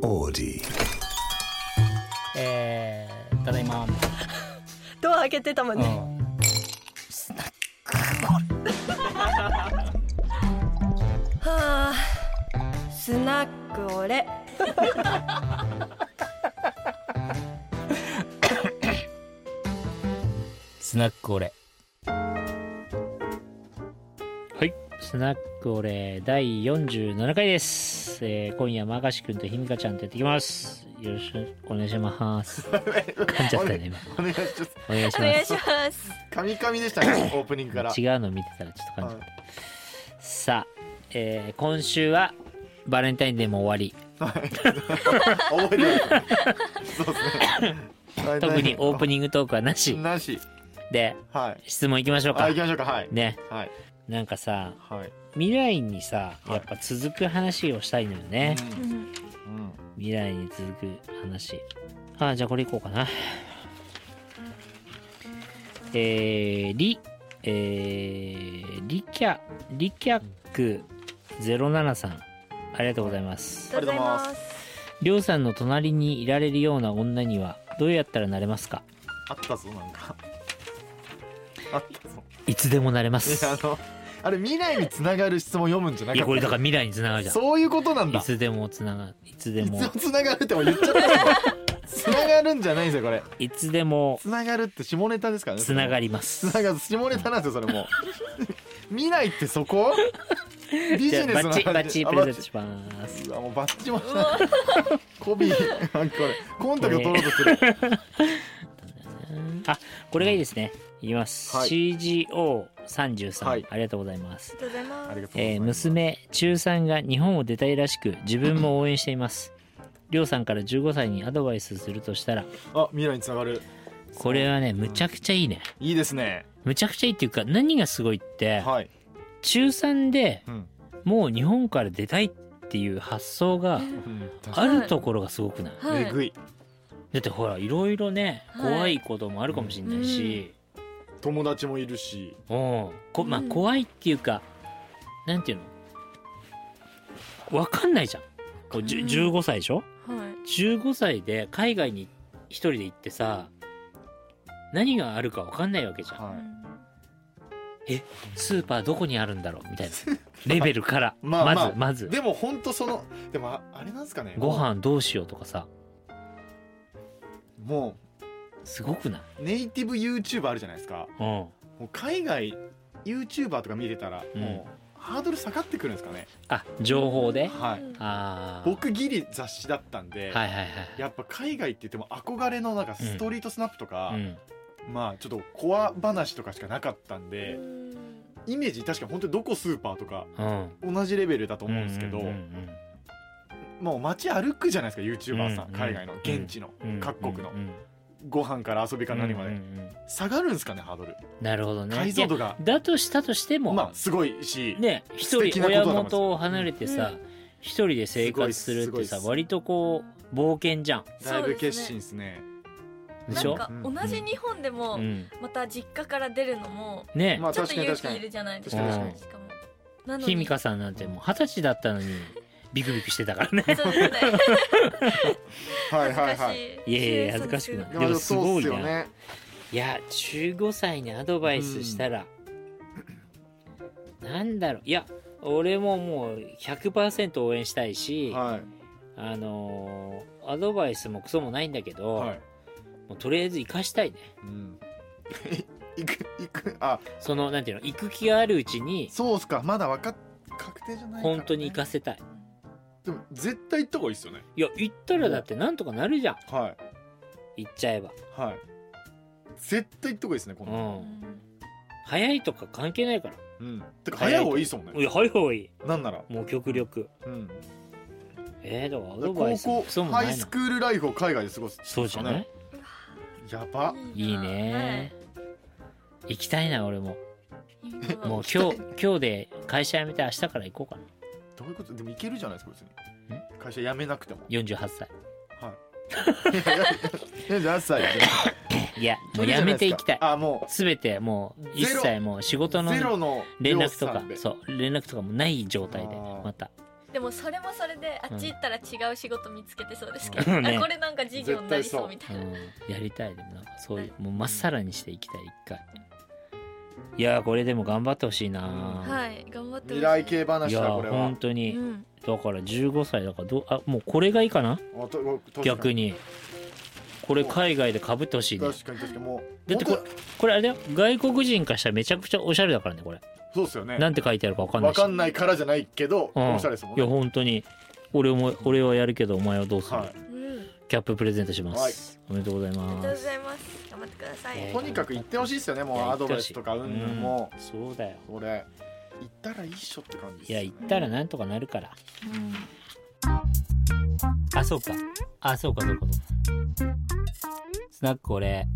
melody. えー、ただいま、ドア開けてたもんうね、ん、はあスナックオレスナックオレはいスナックオレ第47回です、えー、今夜マガシ君とひみかちゃんとやっていきますよろしくお願いします噛んじゃったね今お願いしますお願いしおま願いすしますカミカミでした ねオープニングから違うの見てたらちょっと感じた、さあ、えー、今週はバレンタインデーも終わり覚えてますそうですね特にオープニングトークはなしなしではい質問いきましょうあか行きましょうかはいねはいなんかさはい未来にさはいやっぱ続く話をしたいのよね、うんうん未来に続く話あじゃあこれいこうかなえー、リえー、リキャリキャック07さんありがとうございますありがとうございますありょうさんの隣にいられるような女にはどうやったらなれますかあったぞなんかあったぞいつでもなれまいすやあのあれ未来につながる質問読むんじゃないかやったこれだから未来につながるじゃんそういうことなんいだいつでもつながいつでもつつながるって俺言っちゃったよつながるんじゃないんですよこれいつでもつながるって下ネタですからねつながりりまつすながる下ネタなんですよそれ もう未来ってそこビじゃジあネスバのッチバッチ話あプレゼントしますうわもうバッチもしないコビーなんかこれコンタクト取ろうとする、 あこれがいいですねいきます、はい CGO33、はいありがとうございますありがとうございまありがとうござえいーます、娘中3が日本を出たいらしく自分も応援していますりょうさんから15歳にアドバイスするとしたらあ未来につながるこれはねむちゃくちゃいいねいいですねむちゃくちゃいいっていうか何がすごいって、はい、中3でうんもう日本から出たいっていう発想がうん、あるところがすごくない、すはいえぐいだってほらいろいろねはい怖いこともあるかもしれないし、友達もいるしうんこまあうん怖いっていうかなんていうのわかんないじゃんこうじゅうん15歳でしょはい15歳で海外に一人で行ってさ何があるかわかんないわけじゃんはスーパーどこにあるんだろうみ たいなレベルからままあまあずまいずでも本当そのでもああれなんですかねご飯どうしようとかさもすごくないうネイティブ YouTuber あるじゃないですかうんもう海外 YouTuber とか見てたらもう、うんハードル下がってくるんですかねあ情報ではいああ僕ギリ雑誌だったんで、はいはいはいやっぱ海外って言っても憧れのなんかストリートスナップとか、うんまあちょっとコア話とかしかなかったんでイメージ確かに本当にどこスーパーとかうん同じレベルだと思うんですけど、うんうんもう街歩くじゃないですか YouTuber さん、うん海外のうん現地の、うん各国の、うんうんご飯から遊びから何まで、うんうんうん下がるんですかねハードルなるほどね解像度がいやだとしたとしても、まあすごいし、ね一素敵人な親ことだと思います元を離れてさうん一、人で生活するってすごいさっす割とこう冒険じゃんだいぶ決心ですねでしょなんか同じ日本でも、うん、また実家から出るのもねまあちょっと確かに勇確か気いにるじゃないです確かかに確かにしかもなのひみにかさんなんてもう二十歳だったのにビクビクしてたから ねそうですね恥ずはいはいかはしいいいやいや恥ずかしくないやでもすそうごっいすなよねいや15歳にアドバイスしたら、なんだろういや俺ももう100%応援したいし、はあのーアドバイスもクソもないんだけいど、はい、もうとりあえず生かしたいねうん、 いくいくあそのなんていうの行く気があるうちにそうっすかまだわかっ確定じゃないからね本当に行かせたいでも絶対行った方がいいっすよねいや行ったらだってなんとかなるじゃんはい行っちゃえばはい絶対行った方がいいですねこうのん早いとか関係ないかうんてか早い方がいいっすもんらいねや早い方がいいなんならもう極力うんえー、だからアドバイスも高クソ校もハなイいスなクールライフを海外で過ごすそうじゃないやばいいなね、行きたいな俺もはいいいなもう今日今日で会社辞めて明日から行こうかなどういうことでも行けるじゃないですか別に会社辞めなくても48歳28歳いやもう辞めていきたいあも全てもう一ゼロ切もう仕う事のゼロの連絡と量か産でそう連絡とかもない状態であーまたでもそれもそれであっち行ったら違う仕事見つけてそうですけど、うんねあこれなんか事業になりそうみたいなうん、やりたいでもなんかそういうもうまっさらにしていきたい一回いやーこれでも頑張ってほしいな、はい頑張ってほしい未来系い話やだこれーは本当に、うんだから15歳だからどうあもうこれがいいかなあと確か逆にこれ海外で被ってほしいね確かに確かにもうだってこれ本これあれだよ外国人からしたらめちゃくちゃおしゃれだからねこれ当そうですよねなんて書いてあるかわかんないわしかんないからじゃないけど、うんおしゃれですもんいやね本当に俺も俺はやるけどお前はどうする、はうんキャッププレゼントします、おめでとうございありがとうまごすざいます頑張ってください、いやとにかく言ってほしいですよねもうアドバイスとかうんぬんもそうだよう俺言ったらいいっしょって感じですいやよ行ねったらなんとかなるからうんあそうかあそうかそうかそうかスナックこれ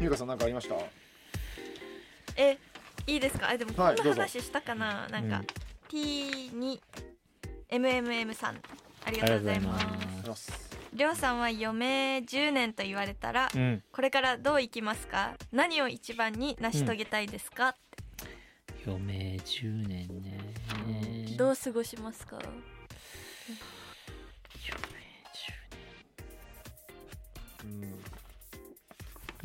優香さんなんかありましたえいいですかえでもこんはいなどうぞ話したかな、なんうかん T2MMM さんありがとうございまありがとうございますありますりょうさんは余命10年と言われたらうんこれからどう生きますか何を一番に成し遂げたいですか、余命10年ねどうう過ごしますかうん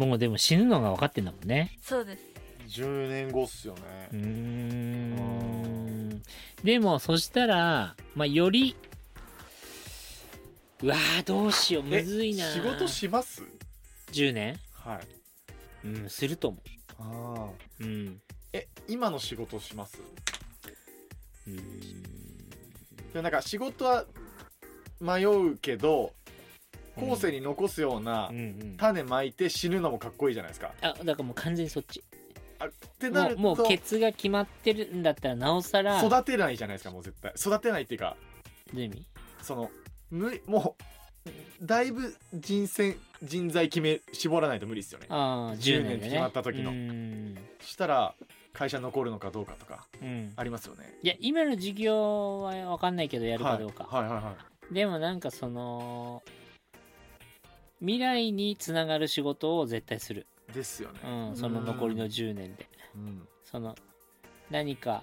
もうでも死ぬのが分かってんだもんねそうです10年後っすよねうーんでもそしたらまあよりうわーどうしようむえずいな仕事します10年はいうんすると思ああううんえ今の仕事しますうーんでもなんか仕事は迷うけど後世に残すようなうんうん種まいて死ぬのもかっこいいじゃないですかあだからもう完全にそっちあってなもるうともうケツが決まってるんだったらなおさら育てないじゃないですかもう絶対育てないっていうかゼミその無理もうだいぶ人選人材決め絞らないと無理ですよねああ10年で、ね、 10年決まった時のうーんしたら会社残るのかどうかとかうんありますよねいや今の授業は分かんないけどやるかどうか、はい、はいはいはいでもなんかその未来につながる仕事を絶対する、ですよねうん、その残りの10年でうんその何か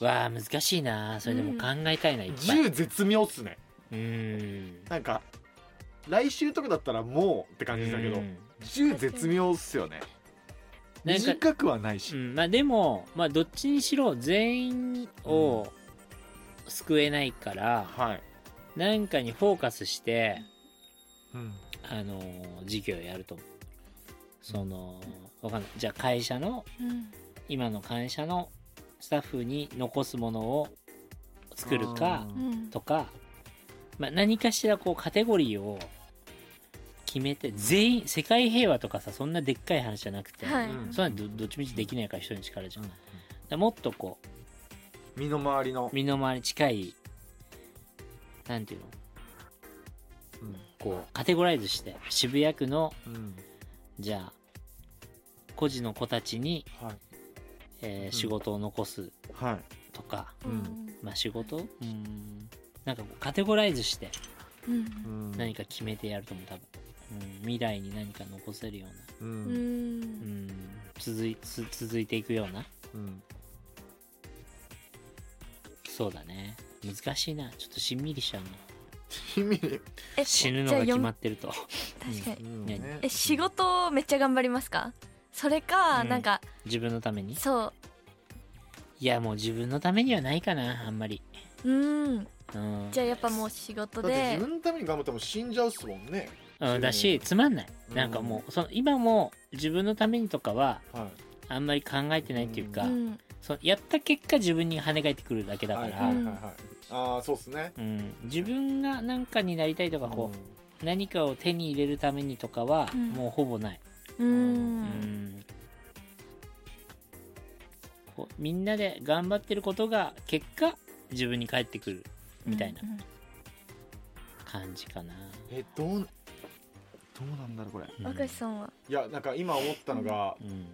わあ難しいなそれでも考えたいな、いっぱい10絶妙っすねうんなんか来週とかだったらもうって感じだけうどん10絶妙っすよねなんか短くはないし、うん、まあでも、まあ、どっちにしろ全員を救えないから、はい、なんかにフォーカスして、うん、あのー授業やると思う。そのわかんないじゃあ会社のうん今の会社のスタッフに残すものを作るかうんとか、まあ、何かしらこうカテゴリーを決めて全員世界平和とかさそんなでっかい話じゃなくて、はい、うんそんなのどどっちみちできないから人に力じゃん、うだんからもっとこう身の回りの、身の回り近いなんていうのうんこうカテゴライズして渋谷区のうんじゃあ孤児の子たちに、はいえーうん仕事を残すはいとか、うんまあ仕事うんなんかこうカテゴライズしてうんうん何か決めてやると思う多分、うん、未来に何か残せるような、ううんうんん、続いつ続いていくようなうんそうだね難しいなちょっとしんみりしちゃうな君ねえ死ぬのが決まってると確かに、うんねねえ仕事をめっちゃ頑張りますかそれか、うんなんか自分のためにそいやもう自分のためにはないかなあんまりううんうんじゃあやっぱもう仕事だってで自分のために頑張っても死んじゃうっすもんねうん、だしつまんないなんかもうその今も自分のためにとかははあんまり考えてないっていうか、うんそのやった結果自分に跳ね返ってくるだけいだかはいら、はういんはいはいああそうっすね自分が何かになりたいとかこう、何かを手に入れるためにとかはうんもうほぼない、うん、うんこうみんなで頑張ってることが結果自分に返ってくるみたいなうん感じかな、えどうどうなんだろうこれうんうん明石さんはいやなんか今思ったのがうん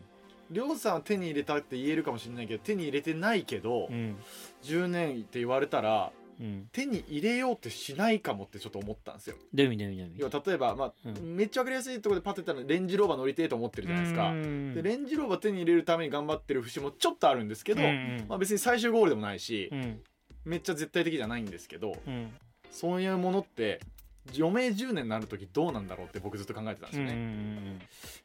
りょうさんは手に入れたって言えるかもしれないけど手に入れてないけど、うん10年って言われたらうん、手に入れようってしないかもってちょっと思ったんですよどういう意味どういう意味ど要は例えば、まあういう意味めっちゃ分かりやすいところでパッて言ったらレンジローバー乗りてえと思ってるじゃないですか、うんでレンジローバー手に入れるために頑張ってる節もちょっとあるんですけど、うんまあ、別に最終ゴールでもないしう、んめっちゃ絶対的じゃないんですけどうんそういうものって余命10年になる時どうなんだろうって僕ずっと考えてたうんですよんね、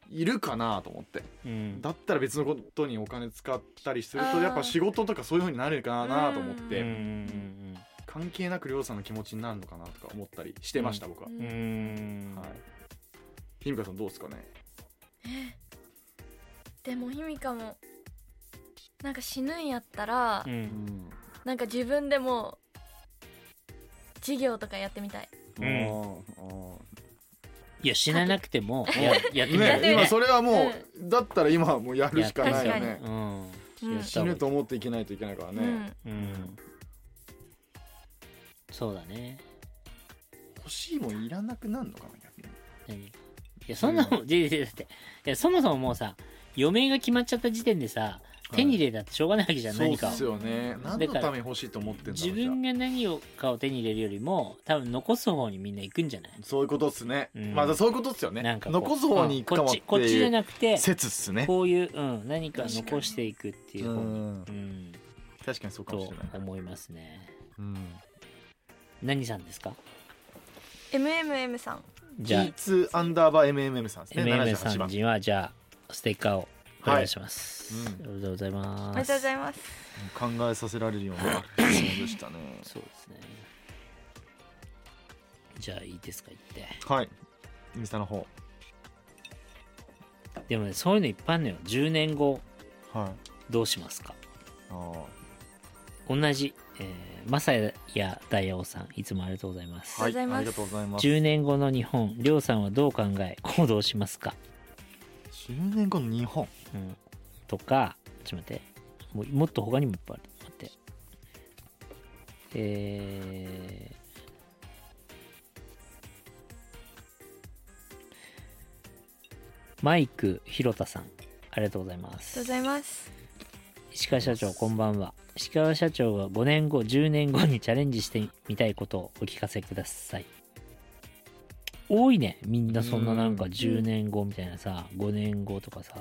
いるかなと思ってうんだったら別のことにお金使ったりするあとーやっぱ仕事とかそういうふうになるかなと思っうんうてん関係なくりょうさんの気持ちになるのかなとか思ったりしてました僕は、うんうんはいひみかさんどうですかねでもひみかもなんか死ぬんやったら、ううんんなんか自分でも事業とかやってみたいうんあーいや死ななくてもややってみたねいね今それはもう、だったら今はもうやるやっしてかみなたいよねうんうんやった方死がいぬいと思って生きないといけないからね、うんそうだね欲しいもんいらなくなるのかな逆に何いやそんなもん、ででだっていやそもそももうさ余命が決まっちゃった時点でさ手に入れたってしょうがないわけじゃん、そう何っかをすよね何だかのらために欲しいと思ってんだろう自じゃあ分が何をかを手に入れるよりも多分残す方にみんな行くんじゃないそういうことっすね、うんまあそういうことっすよねなんかこう残す方に行くかもっていううんこっちこっちじゃなくて説っすねこういう、うん、何か残していくっていうう方にんうん確かにそうかもしとれない、思いますねうん、何さんですか MMM さんじゃあ G2 アンダーバー MMM さんですね MM さ78ん番にはじゃあステッカーをお願いします、はいうんありがとうございますおめでとうございます考えさせられるような質問でしたねそうですねじゃあいいですか言ってはいインスタの方でもねそういうのいっぱいあるのよ10年後はいどうしますかあー同じ、えー、マサヤダイヤオさんいつもありがとうございます、ありがとうございますありがとうございます10年後の日本りょうさんはどう考え行動しますか、 10年後の日本うん、とかちょっと待ってもうもっと他にもいっぱいある待ってえーマイクひろたさんありがとうございまありがとうすございます石川社長こんばんは石川社長が5年後10年後にチャレンジしてみたいことをお聞かせください多いねみんなそんななんかうん10年後みたいなさ5年後とかさ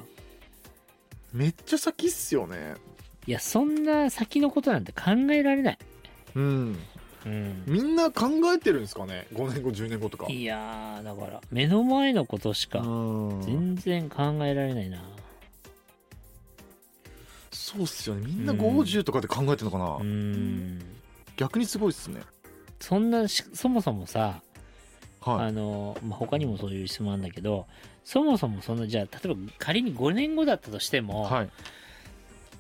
めっちゃ先っすよねいやそんな先のことなんて考えられないうんうんみんな考えてるんですかね5年後10年後とかいやーだから目の前のことしかうん全然考えられないなそうっすよねみんなうん50とかで考えてるのかな、うん逆にすごいっすねそんなしそもそもさはあの、まあ、他にもそういう質問なんだけどそもそもそのじゃあ例えば仮に5年後だったとしていも、はい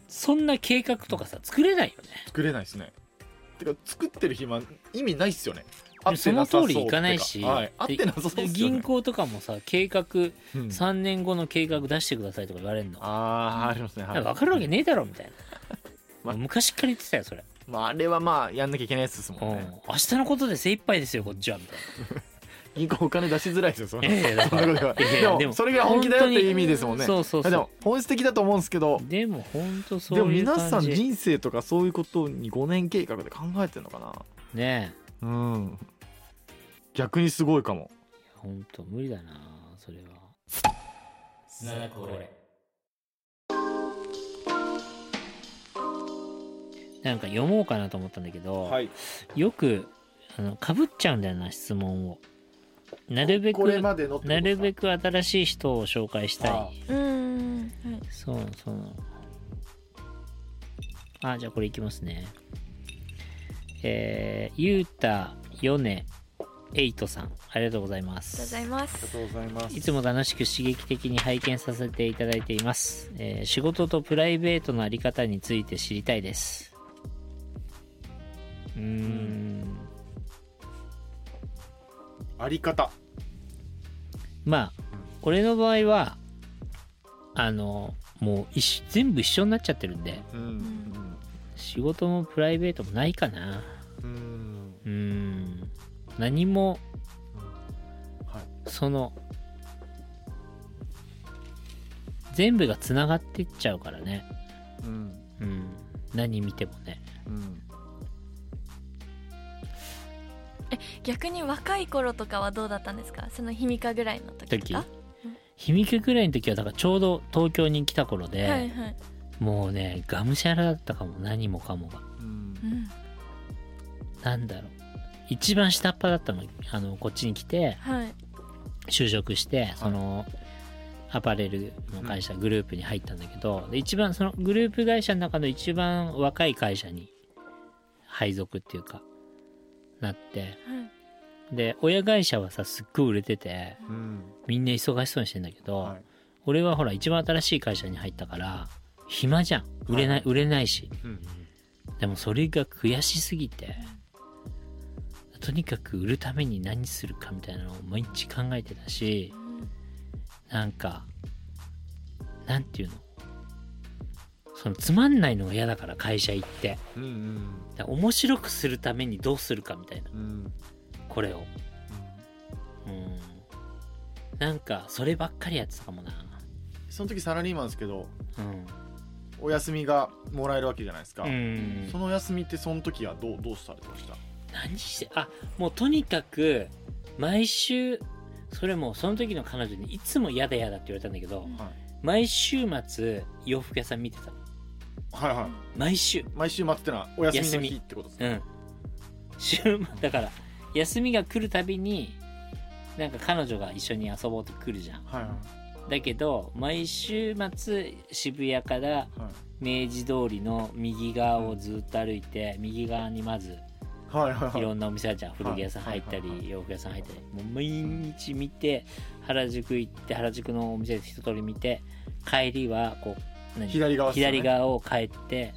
そんな計画とかさ作れないよね作れないっすねてか作ってる暇意味ないっすよね合ってそなのさそう通りいかないし、ってかはい、合ってなさそうっすよね銀行とかもさ計画うん3年後の計画出してくださいとか言われるの、あーありますね、はい、分かるわけねえだろみたいな、 ま昔っから言ってたよそれ、まあ、あれはまあやんなきゃいけないやつですもうんんね、明日のことで精一杯ですよこっちはみたい銀行お金出しづらいですよそんなないやいやだそかんらなこといやいやがででももそれが本気だよっていう意味ですもんね そうそうそうでも本質的だと思うんですけどなでもほんとそうでもいう感皆じさん人生とかそういうことに5年計画で考えてるのかねえなうん逆にすごいかもほんと無理だなそれはなんか読もうかなと思ったんだけど、いよくあのかぶっちゃうんだよな質問をなるべくこれまでのなるべくく新しい人を紹介したあいうんはいそうなのそうなのあじゃあこれいきますねえー、ゆうたよねエイトさんありがとうございまありがとうごすざいまありがすとうございますいつも楽しく刺激的に拝見させていただいています、えー仕事とプライベートのあり方について知りたいですうーんあり方まあ俺の場合はあのもう一緒全部一緒になっちゃってるんでうん仕事もプライベートもないかなうんううんーん何もはいその全部がつながってっちゃうからねうんうん何見てもねうん逆に若い頃とかはどうだったんですかその卑弥呼ぐらいの時と時か卑弥呼ぐらいの時はだからちょうど東京に来た頃で、はいはい、もうねがむしゃらだったかも何もかもがうんうん、なんだろう一番下っ端だったのあのこっちに来てはい就職してそのアパレルの会社グループに入ったんだけど、で一番そのグループ会社の中の一番若い会社に配属っていうかなってはいで親会社はさすっごい売れててうんみんな忙しそうにしてんだけど、はい俺はほら一番新しい会社に入ったから暇じゃん売れない、売れないしうんでもそれが悔しすぎてとにかく売るために何するかみたいなのを毎日考えてたしなんかなんていうのそのつまんないのが嫌だから会社行ってうんうんだから面白くするためにどうするかみたいなうんこれをうんなんかそればっかりやってたかもなその時サラリーマンですけどうんお休みがもらえるわけじゃないですか、うんそのお休みってその時はどうどうされてました何してあもうとにかく毎週それもうその時の彼女にいつも嫌だ嫌だって言われたんだけど、は毎週末洋服屋さん見てたはいはい毎週毎週待ってのはお休みの日ってことですねうん 週末だから休みが来るたびになんか彼女が一緒に遊ぼうと来るじゃんはいはいだけど毎週末渋谷から明治通りの右側をずっと歩いて右側にまずはいはいはいいはろいんなお店あるじゃん古着屋さん入ったはいはいはり洋服屋さん入ったりもう毎日見て原宿行って原宿のお店一通り見て帰りはこう何左側っすよね左側を帰って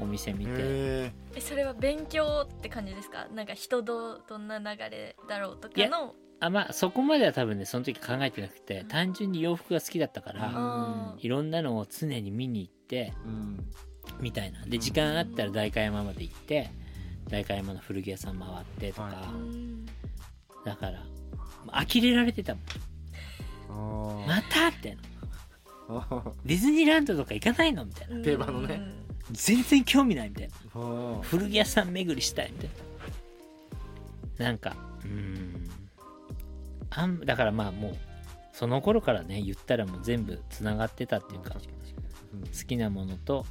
お店見てへえそれは勉強って感じですかなんか人どうどんな流れだろうといかやのあまあそこまでは多分ねその時考えてなくて単純に洋服が好きだったかうんらあーいろんなのを常に見に行ってーうんみたいなで時間あったら代官山まで行って代官山の古着屋さん回ってとかはうんだから呆れられてたもんあまたみたいなーディズニーランドとか行かないのみたいなうん定番のね全然興味ないみたいなあー古着屋さん巡りしたいみたいななんかうーんあんだからまあもうその頃からね言ったらもう全部つながってたっていうか確かに確かにうん好きなものと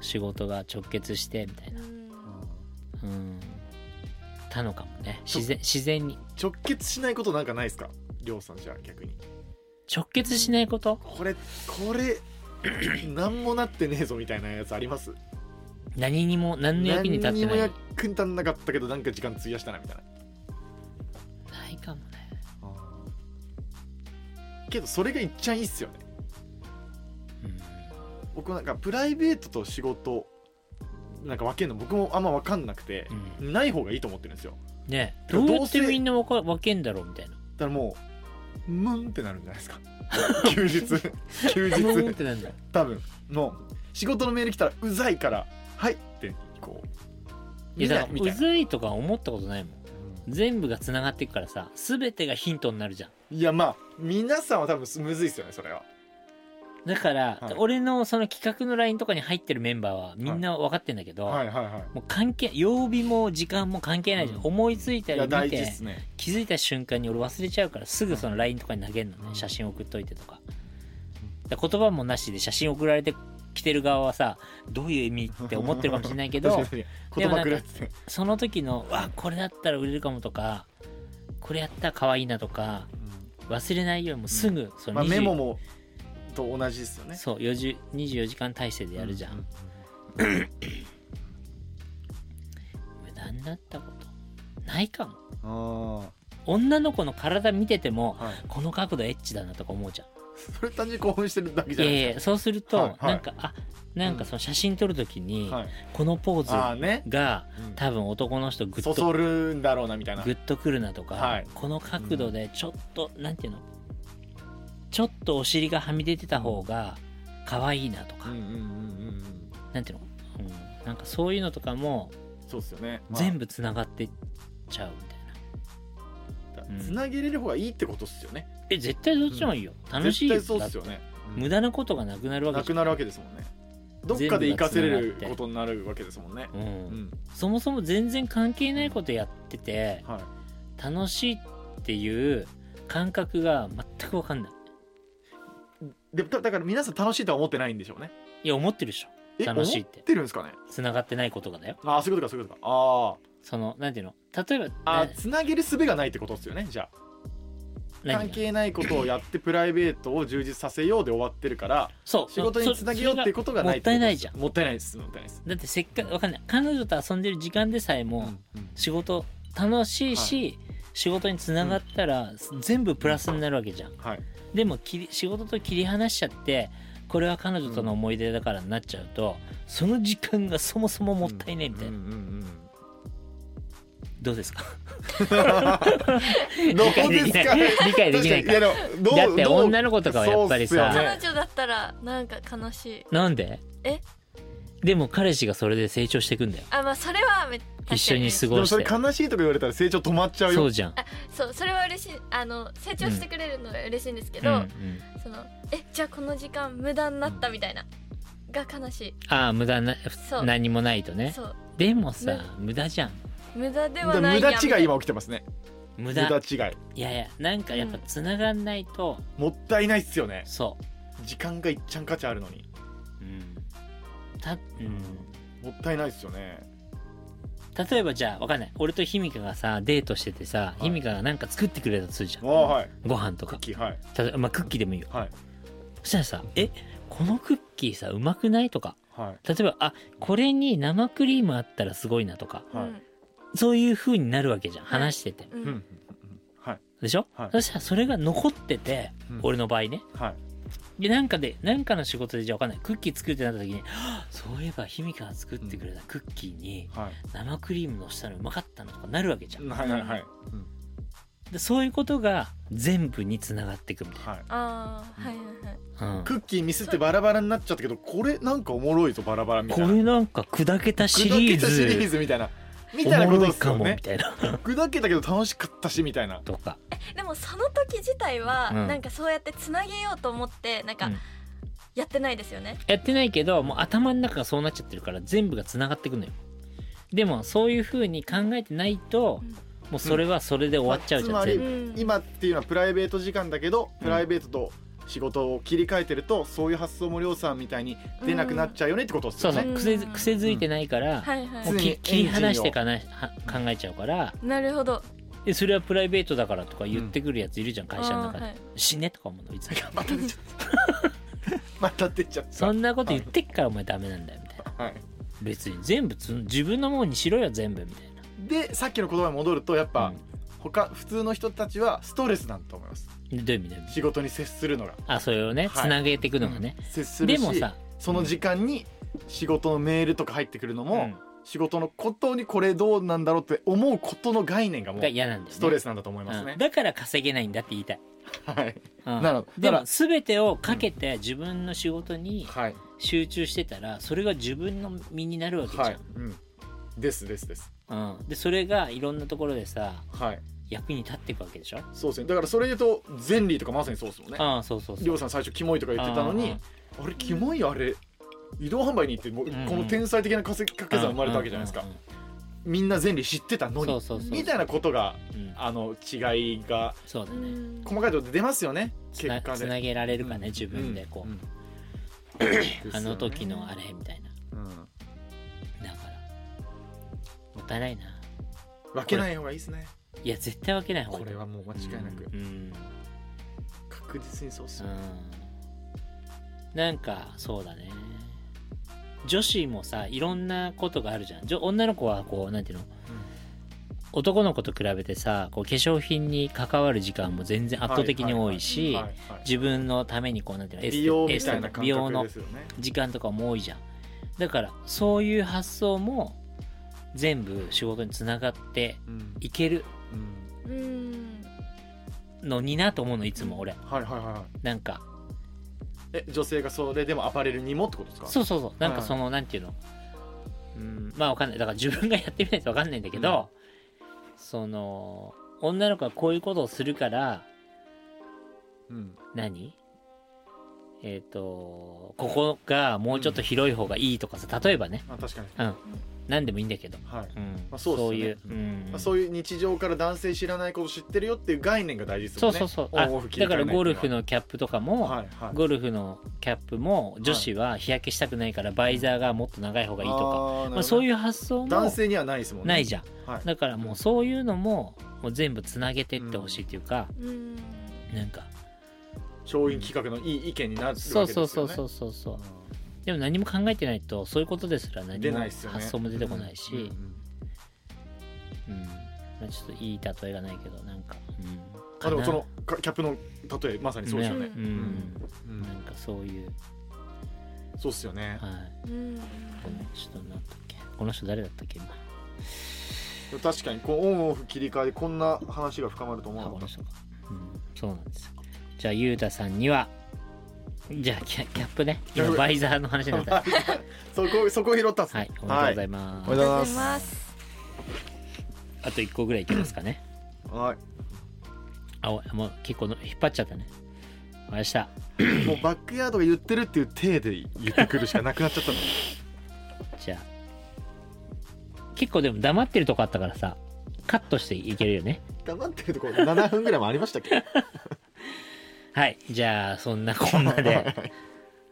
仕事が直結してみたいうなんうんたのかもね自然自然に直結しないことなんかないですかりょうさんじゃあ逆に直結しないことこれこ れ何もなってねえぞみたいなやつあります何にも何の役に立っ何てになもい役に立んなかったけどなんか時間費やしたなみたいなないかもねけどそれがいっちゃいいっすよねうん僕なんかプライベートと仕事なんか分けるの僕もあんま分かんなくて、ない方がいいと思ってるんですようんねどどううせやってみんなわか分けんだろうみたいなだからもうムンってなるんじゃないで すか休日休うんっ日てなんだ多分もう仕事のメール来たらうざいから「はい」ってこういやだか見らうないみたいずいとか思ったことないもん全部がつながっていくからさ全てがヒントになるじゃんいやまあ皆さんは多分むずいっすよねそれはだから、はい俺のその企画の LINE とかに入ってるメンバーはみんな分かってんだけど、はいはいはいもう関係曜日も時間も関係ないじゃん、うん思いついたいやり見大事ってすね気づいた瞬間に俺忘れちゃうからすぐその LINE とかに投げるのね、うん写真送っといてとかだから言葉もなしで写真送られてきてる側はさどういう意味って思ってるかもしれないけど 確かに言葉くれっつって その時の「わこれだったら売れるかも」とか「これやったら可愛いな」とか忘れないようにもうすぐそまの20あ、メモもと同じですよねそう40 24時間体制でやるじゃ、うん無駄になったことないかもんあ女の子の体見ててもあ、 はい、この角度エッチだなとか思うじゃんそれ単純に興奮してるだけいじゃやないいいやそうすると、はいはいなんかあなんかその写真撮る時に、はい、このポあーあねズがうん多分男の人グッそとそるんだろうなみたいなグッとくるなとか、はいこの角度でちょっと、なんていうのちょっとお尻がはみ出てた方が可愛いなとうか、んうんうんうんうんなんていうの、うん、なんかそういうのとかもそうっすよね、全部部つながってっちゃうみたいなうんつなげれる方がいいってことっすよねえ絶対どっちもいいよ、楽しいよ絶対そうっすよね無駄駄なことがなくなるわなけじくゃんなるわけですもんねどっかで活かせれ全部が繋がるってことになるわけですもんねう、うんんそもそも全然関係ないことやっててはい楽しいっていう感覚が全く分かんないでだだから皆さん楽しいとは思ってないんでしょうねいや思ってるでしょえ楽しいって思ってるんですかねつながってないことがだよああそういうことかそういうことかあそのなんていうの例えばああーなつなげる術がないってことですよねじゃあ何が関係ないことをやってプライベートを充実させようで終わってるからそう仕事につなげようっていうことがないそれがもったいないじゃんもったいないですもったいないです、だってせっかくわかんない彼女と遊んでる時間でさえも、仕事楽しいし、仕事につながったら全部プラスになるわけじゃんはいでも切り仕事と切り離しちゃってこれは彼女との思い出だからになっちゃうと、その時間がそもそももったいないみたいな、うんうん うんどうですかうん どうですかね理解できない確かにやでもどうだってどう女の子とかはやっぱりさそうっすよ彼ね女だったらなんか悲しいなんでえでも彼氏がそれで成長していくんだよあまあそれはめ確か一緒に過でごもしそれて悲しいとか言われたら成長止まっちゃうよそうじゃんそうそれは嬉しいあの成長してくれるのは嬉しいんですけうんうど、ん、そのえじゃあこの時間無駄になったみたいなが悲しああ無駄なそう何もないとい、ねそうでもさ、無駄じゃん無駄でだかはらない無や駄んみた違いいな今起きてますね無無駄駄違いいやいやなんかやっぱつながんないと、もったいないっすよねそ時間がいっちゃん価値あるのにう、うんたうん、もったいないっすよね例えばじゃあわかんない俺とひみかがさデートしててさ、いひみかがなんか作ってくれたとするじゃあんあはいご飯とかきはい例えば、まあ、クッキーでもいいよはいそしたらさ「えこのクッキーさうまくない?」とかはい例えば「あこれに生クリームあったらすごいな」とかはいそういう風になるわけじゃんはい話しててうんううんうんんはいでしょ、はいそしたらそれが残ってて、うん俺の場合ねはいでなんかでなんかの仕事でじゃあわかんないクッキー作るってなった時にはぁそういえばひみかが作ってくれたクッキーにはい生クリームのしたのうまかったのとかなるわけじゃんはいはいはいでそういうことが全部につながっていくみたいはいああはいはいはいな、うんクッキーミスってバラバラになっちゃったけどこれなんかおもろいぞバラバラみたいこなれなんか砕けたシリー砕けたシリーズズみたいなみおたいなこもとろでいすかよもみねたいな砕けたけど楽しかったしみたいなとかでもその時自体は、うんなんかそうやってつなげようと思ってなんうかんやってないですよね、やってないけどもう頭の中がそうなっちゃってるから全部がつながってくのよでもそういう風に考えてないと、うんもうそれはそれで終わっちゃうじゃん、まあつまり全う部ん、今っていうのはプライベート時間だけどプライベートと仕事を切り替えてるとそういう発想もりょうさんみたいに出なくなっちゃうよねってことですそうよそうねん癖づ癖づいてないから、はいはもう常にき切り離してエンジかなは考えちゃうからいなるほどでそれはプライベートだからとか言ってくるやついるじゃん、会社の中あーで、はい死ねとか思うのいつもまた出ちゃ ったまた出ちゃったそんなこと言ってっからお前ダメなんだよみたいなはい別に全部つ自分のものにしろよ全部みたいなでさっきの言葉に戻るとやっぱ、うん他普通の人たちはストレスなんだと思いますでどういう意味だよ仕事に接するのが、あそれをねはいつなげていくのがね、接するでしもさその時間に仕事のメールとか入ってくるのも、うん仕事のことにこれどうなんだろうって思うことの概念がもうが嫌なんだよねストレスなんだと思いますうねん、だから稼げないんだって言いたい、はいうんなるほどでだかもら全てをかけて自分の仕事にはい集中してたらそれが自分の身になるわけじゃん、はい、うん、ですですですうん、でそれがいろんなところでさはい役に立っていくわけでしょそうですねだからそれ言うとゼンリーとかまさにそうですもんねああそうそうりそょううさん最初キモいとか言ってたのにあれキモいあれ移動販売に行ってもううんうんこの天才的な稼ぎ掛け算生まれたわけじゃないですかうんうんみんなゼンリー知ってたのうんそうにそうそうみたいなことがうんあの違いがそうだうねん細かいとこで出ますよねつ結な果つなでげられるかね自分でこう、うん あの時のあれみたいなうんだからもったいないな分けない方がいいですねいや絶対分けない方がいこいれはもう間違いなくうん、うん確実にそうっすよなんかそうだね女子もさいろんなことがあるじゃんじょ女の子はこうなんていうの、男の子と比べてさこう化粧品に関わる時間も全然圧倒的に多いし、はいはいはい自分のためにこうなんていうのエステ美容エみスたテいとなか感美容覚のですよね時間とかも多いじゃんだからそういう発想も全部仕事につながってうんいけるううんんのになと思うのいつも俺はいはいはいはいなんかえ女性がそれでもアパレルにもってことですかそうそうそうなんはかいそのなんていうのうんまあわかんないだから自分がやってみないとわかんないんだけど、その女の子はこういうことをするからうん何えっ、とここがもうちょっと広い方がいいとかさ、例えばねまあ確かに何でもいいんだけど、はいうんまあそういでうす、うんまあそういう日常から男性知らないこと知ってるよっていう概念が大事ですそうもんねそうそうオあンオフ切だり替かえならいゴルフののキャップとかも、はいはいゴルフのキャップも女子は日焼けしたくないからバイザーがもっと長い方がいいとか、かまあ、そうういう発想も男性にはないですもんねないじゃん、はいだからもうそういうのももう全部つなげてってほしいっていうか、うんなんか商品企画のいい意見になるわけですそようねそうそうそううそうそうんでも何も考えてないとそういうことですら何出もないですよね発想も出てこないし、うんうんうんまあちょっといい例えがないけどなんか、うん、あでかもなそのかキャップの例えまさにそうですよねねううんん、うんなんかそういう、そうっすよねはい、うんこの人なんだっけこの人誰だったっけ今でも確かにこうオンオフ切り替えでこんな話が深まると思あわこなのかっ人か、うん、そうなんですよじゃあゆうたさんにはじゃあキャキャップね今キャップバイザーの話になった たそこそこ拾ったっすはねいおめでとうございます、おめでとうございますますあと1個ぐらいいきますかねはいあおもう結構の引っ張っちゃったねわかりましたもうバックヤードが言ってるっていう体で言ってくるしかなくなっちゃっ たのじゃあ結構でも黙ってるとこあったからさカットしていけるよね黙ってるとこ7分ぐらいもありましたっけはいじゃあそんなこんなで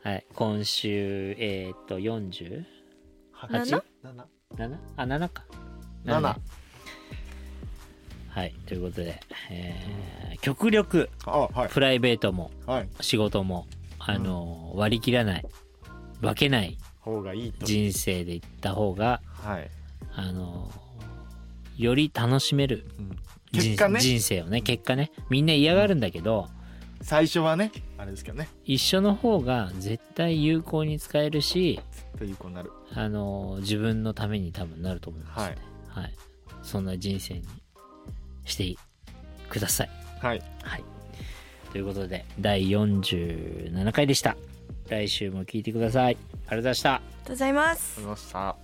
はい今週えっ、と 40? 七 7? 7? あ7か7ねはいということで、えー極力あはいプライベートもはい仕事も、あのー割り切らない分けない方がいいと人生でいった方が、はい、あのーより楽しめるうん人結果ね人生をね結果ねみんな嫌がるんだけど、最初はねあれですけどね一緒の方が絶対有効に使えるし、という子になるあのー自分のために多分なると思いますね、はいそんな人生にしてくださいはいはい。ということで、第47回でした。来週も聞いてください。ありがとうございました。ありがとうございますりました